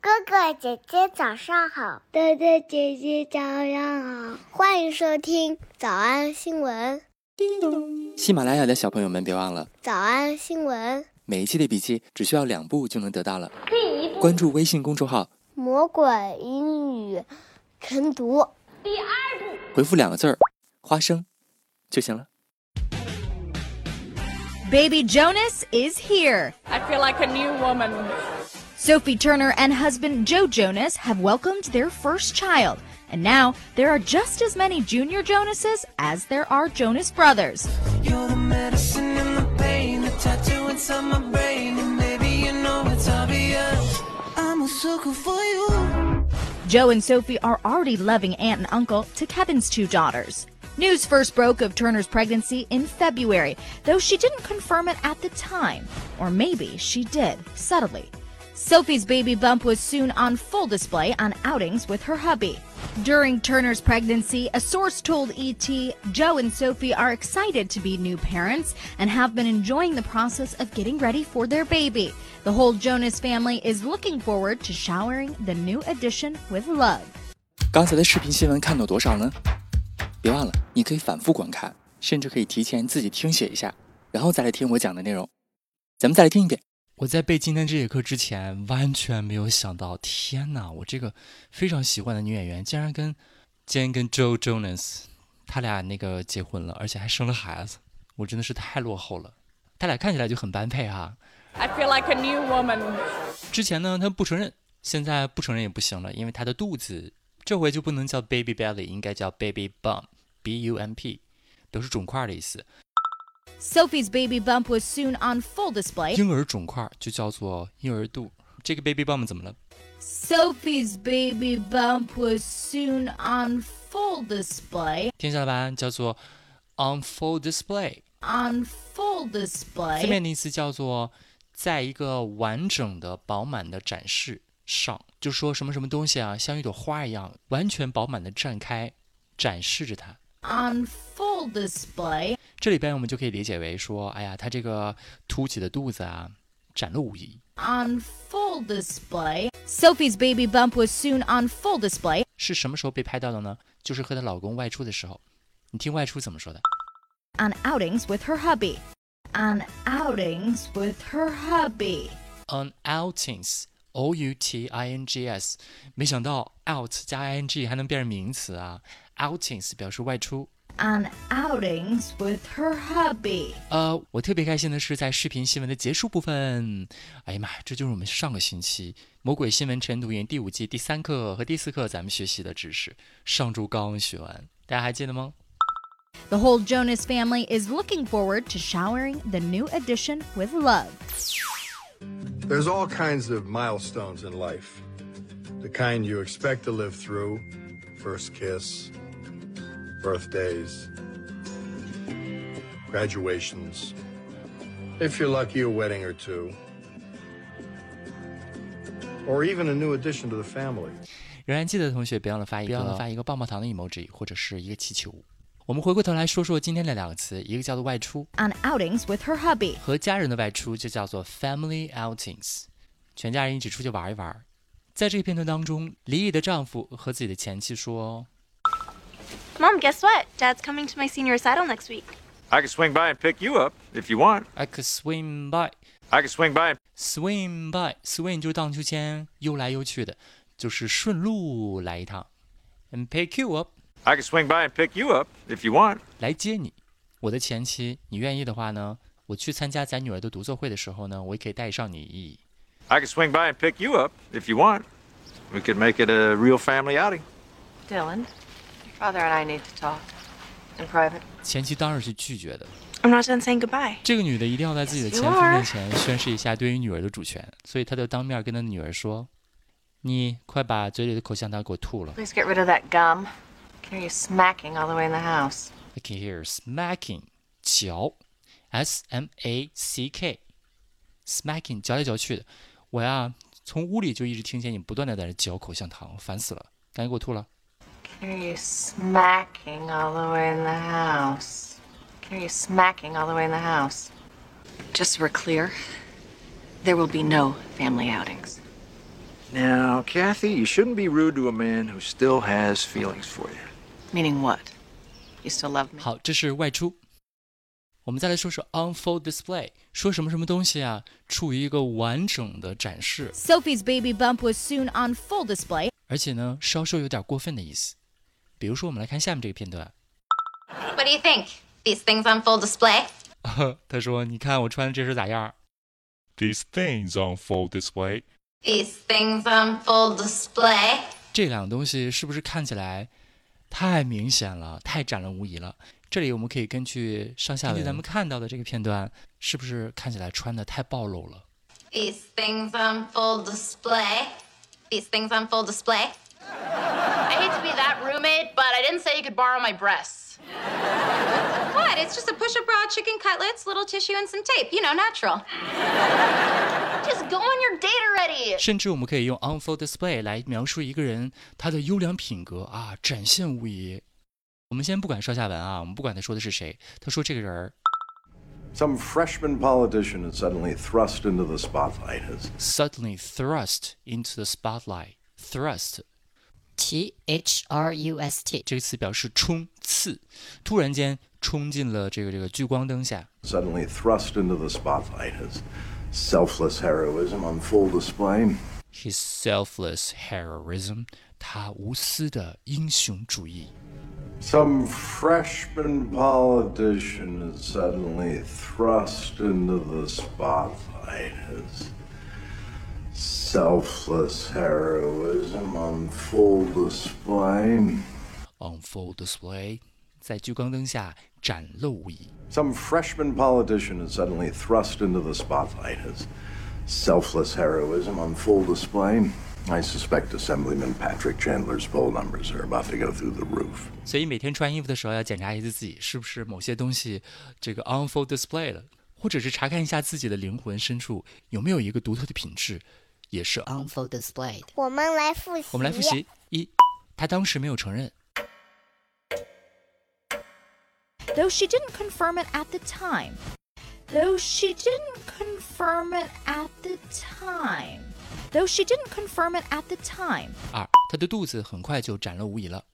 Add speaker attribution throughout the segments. Speaker 1: 哥哥姐姐早上好，
Speaker 2: 哥哥姐姐早上好，
Speaker 1: 欢迎收听早安新闻。
Speaker 3: 叮咚！喜马拉雅的小朋友们别忘了，
Speaker 1: 早安新闻，
Speaker 3: 每一期的笔记只需要两步就能得到了。
Speaker 4: 第一步，
Speaker 3: 关注微信公众号，
Speaker 1: 魔鬼英语晨读。
Speaker 4: 第二步，
Speaker 3: 回复两个字儿“花生”就行了。
Speaker 5: Baby Jonas is here.
Speaker 6: I feel like a new woman.
Speaker 5: Sophie Turner and husband Joe Jonas have welcomed their first child, and now there are just as many junior Jonases as there are Jonas brothers.
Speaker 7: You're the medicine and the pain, the tattoo inside my brain, and maybe you know it's obvious. I'm a sucker for you.
Speaker 5: Joe and Sophie are already loving aunt and uncle to Kevin's two daughters. News first broke of Turner's pregnancy in February, though she didn't confirm it at the time. Or maybe she did, subtly. Sophie's baby bump was soon on full display on outings with her hubby. During Turner's pregnancy, a source told ET, Joe and Sophie are excited to be new parents and have been enjoying the process of getting ready for their baby. The whole Jonas family is looking forward to showering the new addition with love.
Speaker 3: 刚才的视频新闻看到多少呢？别忘了，你可以反复观看，甚至可以提前自己听写一下，然后再来听我讲的内容。咱们再来听一遍。
Speaker 8: 我在背今天这节课之前，完全没有想到，天哪！我这个非常喜欢的女演员，竟然跟竟然跟 Joe Jonas，他俩那个结婚了，而且还生了孩子，我真的是太落后了。他俩看起来就很般配啊哈、
Speaker 6: I feel like a new woman.
Speaker 8: 之前呢，他不承认，现在不承认也不行了，因为他的肚子这回就不能叫 baby belly，应该叫 baby bump，b u m p，表示肿块的意思。
Speaker 5: Sophie's baby bump was soon on full display.
Speaker 8: 婴儿肿块就叫做婴儿肚。这个 baby bump 怎么了？
Speaker 5: Sophie's baby bump was soon on full display.
Speaker 8: 听下来吧，叫做 on full display，
Speaker 5: On full
Speaker 8: 字
Speaker 5: display.
Speaker 8: 面的意思叫做在一个完整的、饱满的展示上，就说什么什么东西啊，像一朵花一样，完全饱满的绽开，展示着它。
Speaker 5: On full display.
Speaker 8: 这里边我们就可以理解为说，哎呀，他这个凸起的肚子啊，展露无遗，
Speaker 5: On full display. Sophie's baby bump was soon on full display.
Speaker 8: 是什么时候被拍到的呢？就是和她老公外出的时候。你听外出怎么说的？
Speaker 5: On outings with her hubby. On outings with her hubby.
Speaker 8: on outings。O 嗯 U T I N G S，没想到 out 加 I N G 还能变成名词啊！outings 表示外出。
Speaker 5: On outings with her hubby.
Speaker 8: 呃，我特别开心的是，在视频新闻的结束部分，哎呀妈呀，这就是我们上个星期《魔鬼新闻晨读营》第五季第三课和第四课咱们学习的知识。上周刚刚学完，大家还记得吗？
Speaker 5: The whole Jonas family is looking forward to showering the new addition with love.
Speaker 9: There's all kinds of milestones in life. The kind you expect to live through first kiss, birthdays, graduations. If you're lucky, a wedding or two. Or even a new addition to the family.
Speaker 8: 仍然记得的同学，别忘了发一个，别忘了发一个棒棒糖的 emoji 或者是一个气球。我们回过头来说说今天的两个词，一个叫做外出，
Speaker 5: On outings with her hubby.
Speaker 8: 和家人的外出就叫做 family outings，全家人一起出去玩一玩。在这个片段当中，离异的丈夫和自己的前妻说
Speaker 10: Mom, guess what? Dad's coming to my senior recital next week.
Speaker 11: I can swing by and pick you up if you want.
Speaker 8: ：“I could swim by,
Speaker 11: I can swing by. And...
Speaker 8: swim by, swim 就是荡秋千，悠来悠去的，就是顺路来一趟。And pick you up，
Speaker 11: I can swing by and pick you up if you want.
Speaker 8: 来接你。我的前妻，你愿意的话呢，我去参加咱女儿的独奏会的时候呢，我也可以带上你。
Speaker 11: I can swing by and pick you up if you want. We could make it a real family outing.
Speaker 12: Dylan, your father and I need to talk in private. ”
Speaker 8: 前妻当然是拒绝的。
Speaker 10: I'm not done saying goodbye.
Speaker 8: 这个女的一定要在自己的
Speaker 12: Yes, you
Speaker 8: 前夫
Speaker 12: are.
Speaker 8: 面前宣誓一下对于女儿的主权，所以她就当面跟她女儿说：“你快把嘴里的口香糖给我吐了。
Speaker 12: Please get rid of that gum. I can hear you smacking all the way in the house.
Speaker 8: ”I can hear smacking，嚼，S M A C K，smacking，嚼来嚼去的。我呀，从屋里就一直听见你不断的在这嚼口香糖，烦死了，赶紧给我吐了。
Speaker 12: I can hear you smacking all the way in the house. I can hear you smacking all the way in the house. Just so we're clear, there will be no family outings.
Speaker 11: Now, Kathy, you shouldn't be rude to a man who still has feelings for you.
Speaker 12: Meaning what? You still love me?
Speaker 8: 好，这是外出。我们再来说说 on full display，说什么什么东西啊，处于一个完整的展示，
Speaker 5: Sophie's baby bump was soon on full display
Speaker 8: 而且呢，稍稍有点过分的意思。比如说，我们来看下面这个片段，
Speaker 4: What do you think? These things on full display?
Speaker 8: 他说：“你看我穿的这身咋样
Speaker 13: These things on full display.
Speaker 4: These things on full display?？”
Speaker 8: 这两个东西是不是看起来太明显了，太展露无遗了？这里我们可以根据上下文，根据咱们看到的这个片段，是不是看起来穿的太暴露了？
Speaker 4: These things on full display? These things on full display?
Speaker 14: I hate to be that roommate, but I didn't say you could borrow my breasts.
Speaker 4: What? It's just a push up bra, chicken cutlets, little tissue, and some tape. You know, natural.
Speaker 14: Just go on your date already.
Speaker 8: 甚至我们可以用 on full display 来描述一个人他的优良品格啊，展现无遗。我们先不管上下文啊，我们不管他说的是谁，他说这个人儿
Speaker 15: Some freshman politician is suddenly thrust into the spotlight as
Speaker 8: suddenly thrust into the spotlight thrust。
Speaker 16: T H R U S T
Speaker 8: 这个词表示冲刺，突然间冲进了这个这个聚光灯下。
Speaker 15: suddenly thrust into the spotlight as selfless heroism on full display.
Speaker 8: His selfless heroism，他无私的英雄主义。
Speaker 15: Some freshman politician is suddenly thrust into the spotlight as selfless heroism on full display.
Speaker 8: On full display，在聚光灯下展露无遗。
Speaker 15: Some freshman politician is suddenly thrust into the spotlight as selfless heroism on full display. I suspect Assemblyman Patrick Chandler's poll numbers are about to go through the roof.
Speaker 8: 所以每天穿衣服的时候要检查一次自己是不是某些东西这个 on full display 了，或者是查看一下自己的灵魂深处有没有一个独特的品质，也是 on full display。
Speaker 1: 我们来复习。
Speaker 8: 我们来复习：一，他当时没有承认；
Speaker 5: though she didn't confirm it at the time. Though she didn't confirm it at the time. Though she didn't confirm it at the time.
Speaker 8: 二，他的肚子很快就展露无遗了；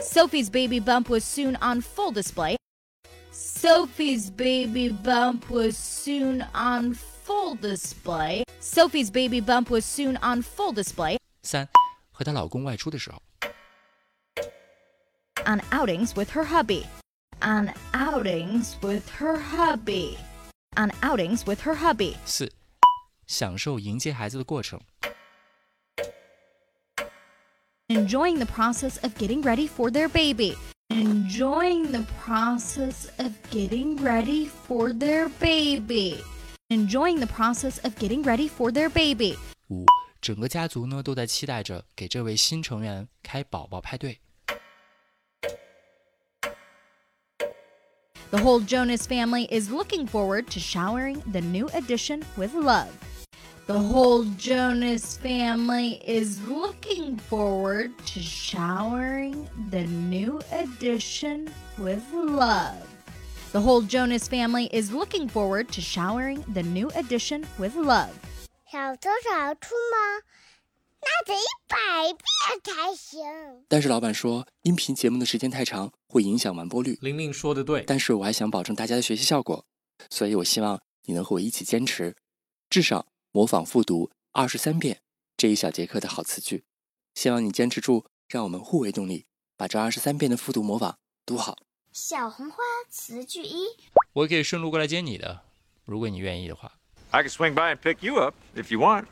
Speaker 5: Sophie's baby bump was soon on full display. Sophie's baby bump was soon on full display. Sophie's baby bump was soon on full display.
Speaker 8: 三，和她老公外出的时候；
Speaker 5: on outings with her hubby. On outings with her hubby. On outings with her hubby.
Speaker 8: 四，享受迎接孩子的过程；
Speaker 5: Enjoying the process of getting ready for their baby. Enjoying the process of getting ready for their baby. Enjoying the process of getting ready for their baby.
Speaker 8: 五，整个家族呢都在期待着给这位新成员开宝宝派对。
Speaker 5: The whole Jonas family is looking forward to showering the new addition with love. The whole Jonas family is looking forward to showering the new addition with love. The whole Jonas family is looking forward to showering the new addition with love.
Speaker 2: 小偷小兔吗？那得一百遍才行。
Speaker 3: 但是老板说，音频节目的时间太长，会影响完播率。
Speaker 17: 玲玲说的对，
Speaker 3: 但是我还想保证大家的学习效果，所以我希望你能和我一起坚持，至少模仿复读二十三遍这一小节课的好词句。希望你坚持住，让我们互为动力，把这二十三遍的复读模仿读好。
Speaker 2: 小红花词句一，
Speaker 8: 我可以顺路过来接你的，如果你愿意的话。
Speaker 11: I can swing by and pick you up if you want.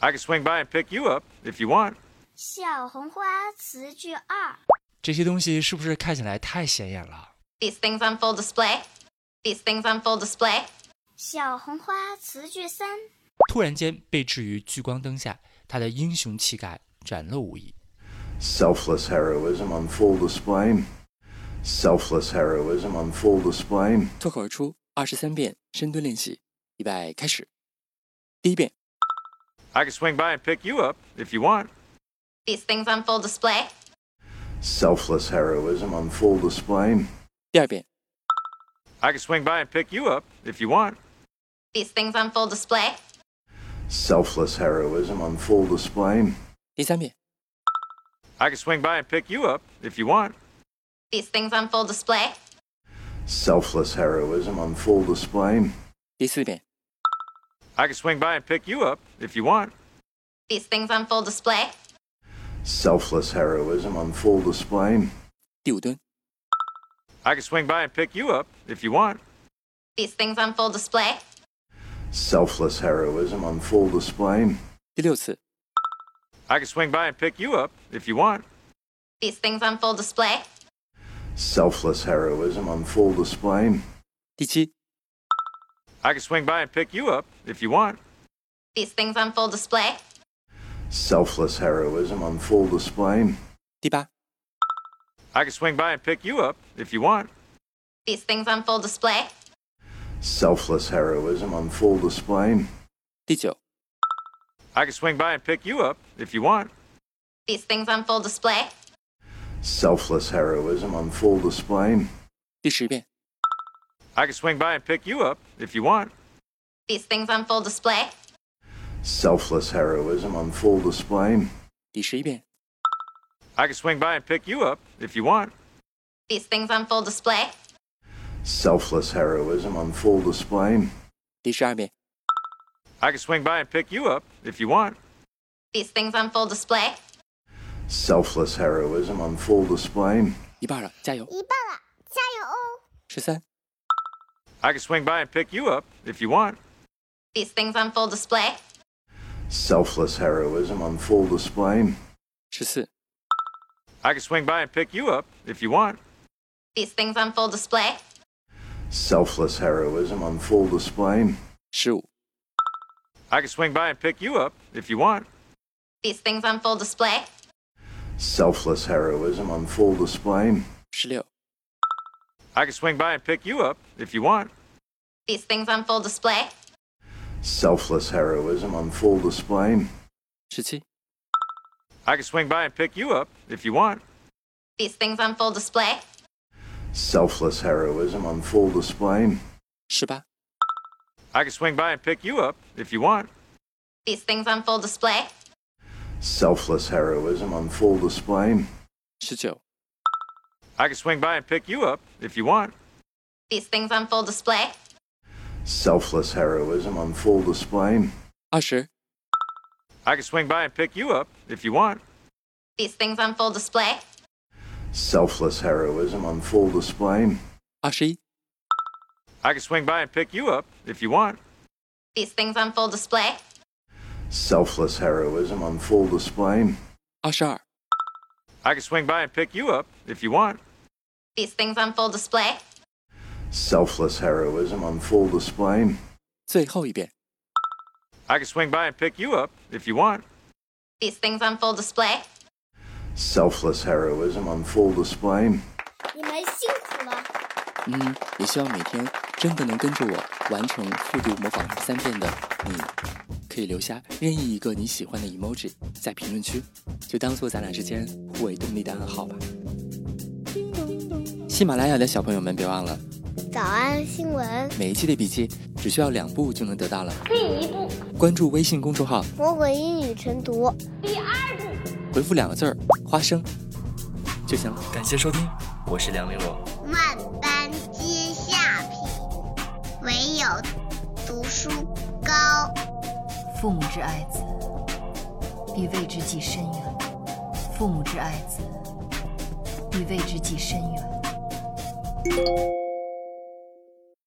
Speaker 11: I can swing by and pick you up if you want.
Speaker 2: 小红花词句二，
Speaker 8: 这些东西是不是看起来太显眼了？
Speaker 4: These things on full display? These things on full display?
Speaker 2: 小红花词句三，
Speaker 8: 突然间被置于聚光灯下，他的英雄气概展露无遗。
Speaker 15: Selfless heroism on full display. Selfless heroism on full display.
Speaker 3: 脱口而出二十三遍深蹲练习，预备开始。第一遍，
Speaker 11: I can swing by and pick you up if you want.
Speaker 4: These things on full display?
Speaker 15: Selfless heroism on full display.
Speaker 3: 第二遍，
Speaker 11: I can swing by and pick you up if you want.
Speaker 4: These things on full display?
Speaker 11: selfless heroism on full display.
Speaker 8: 第三遍，
Speaker 18: I can swing by and pick you up if you want.
Speaker 4: These things on full display.
Speaker 11: Selfless heroism on full display.
Speaker 8: 第四遍，
Speaker 18: I can swing by and pick you up if you want.
Speaker 4: These things on full display.
Speaker 11: Selfless heroism on full display.
Speaker 8: 第五蹲，
Speaker 18: I can swing by and pick you up if you want.
Speaker 4: These things on full display.
Speaker 11: Selfless heroism on full display.
Speaker 8: 第六次，
Speaker 18: I can swing by and pick you up if you want.
Speaker 4: These things on full display.
Speaker 11: Selfless heroism on full display.
Speaker 8: 第七，
Speaker 18: I can swing by and pick you up if you want.
Speaker 4: These things on full display.
Speaker 11: Selfless heroism on full display.
Speaker 8: 第八，
Speaker 18: I can swing by and pick you up if you want.
Speaker 4: These things on full display.
Speaker 11: Selfless heroism on full display.
Speaker 8: 第九，
Speaker 18: I can swing by and pick you up if you want.
Speaker 4: These things on full display.
Speaker 11: Selfless heroism on full display.
Speaker 8: 第十遍，
Speaker 18: I can swing by and pick you up if you want.
Speaker 4: These things on full display.
Speaker 11: Selfless heroism on full display.
Speaker 8: 第十一遍，
Speaker 18: I can swing by and pick you up if you want.
Speaker 4: These things on full display.
Speaker 11: Selfless heroism on full display.
Speaker 8: 第十二遍，
Speaker 18: I can swing by and pick you up if you want.
Speaker 4: These things on full display.
Speaker 11: Selfless heroism on full display.
Speaker 8: 一半了，加油！
Speaker 2: 一半了，加油哦！
Speaker 8: 十三、
Speaker 18: I can swing by and pick you up if you want.
Speaker 4: These things on full display.
Speaker 11: Selfless heroism on full display.
Speaker 8: 十四、
Speaker 18: I can swing by and pick you up if you want.
Speaker 4: These things on full display.
Speaker 11: Selfless heroism on full display.
Speaker 8: 十五、
Speaker 18: I can swing by and pick you up if you want.
Speaker 4: These things on full display.
Speaker 11: Selfless heroism on full display.
Speaker 8: 十六、
Speaker 18: I can swing by and pick you up if you want.
Speaker 4: These things on full display.
Speaker 11: Selfless heroism on full display.
Speaker 8: 十七、
Speaker 18: I can swing by and pick you up if you want.
Speaker 4: These things on full display.
Speaker 11: Selfless heroism on full display.
Speaker 8: 十八、
Speaker 18: I can swing by and pick you up if you want.
Speaker 4: These things on full display.
Speaker 11: Selfless heroism on full display.
Speaker 8: 十九、
Speaker 18: I can swing by and pick you up if you want.
Speaker 4: These things on full display.
Speaker 11: Selfless heroism on full display.
Speaker 8: 二十、
Speaker 18: I can swing by and pick you up if you want.
Speaker 4: These things on full display.
Speaker 11: Selfless heroism on full display.
Speaker 8: 二十一、
Speaker 18: I can swing by and pick you up if you want.
Speaker 4: These things on full display.
Speaker 11: Selfless heroism on full display.
Speaker 8: 二十二、
Speaker 18: I can swing by and pick you up if you want.
Speaker 4: These things on full display.
Speaker 11: Selfless heroism on full display.
Speaker 8: 最后一遍，
Speaker 18: I can swing by and pick you up if you want.
Speaker 4: These things on full display.
Speaker 11: Selfless heroism on full display.
Speaker 2: 你们辛苦了。
Speaker 8: 嗯，也希望每天真的能跟着我完成复读模仿三遍的你，可以留下任意一个你喜欢的 emoji 在评论区，就当做咱俩之间互为动力的暗号吧。喜马拉雅的小朋友们，别忘了
Speaker 19: 早安新闻，
Speaker 8: 每一期的笔记只需要两步就能得到了。
Speaker 2: 第一步，
Speaker 8: 关注微信公众号，
Speaker 19: 魔鬼英语晨读。
Speaker 2: 第二步，
Speaker 8: 回复两个字儿“花生”就行了。感谢收听，我是梁玲珑。
Speaker 2: 万般皆下品，唯有读书高。
Speaker 5: 父母之爱子，以谓之计深远；父母之爱子，以谓之计深远。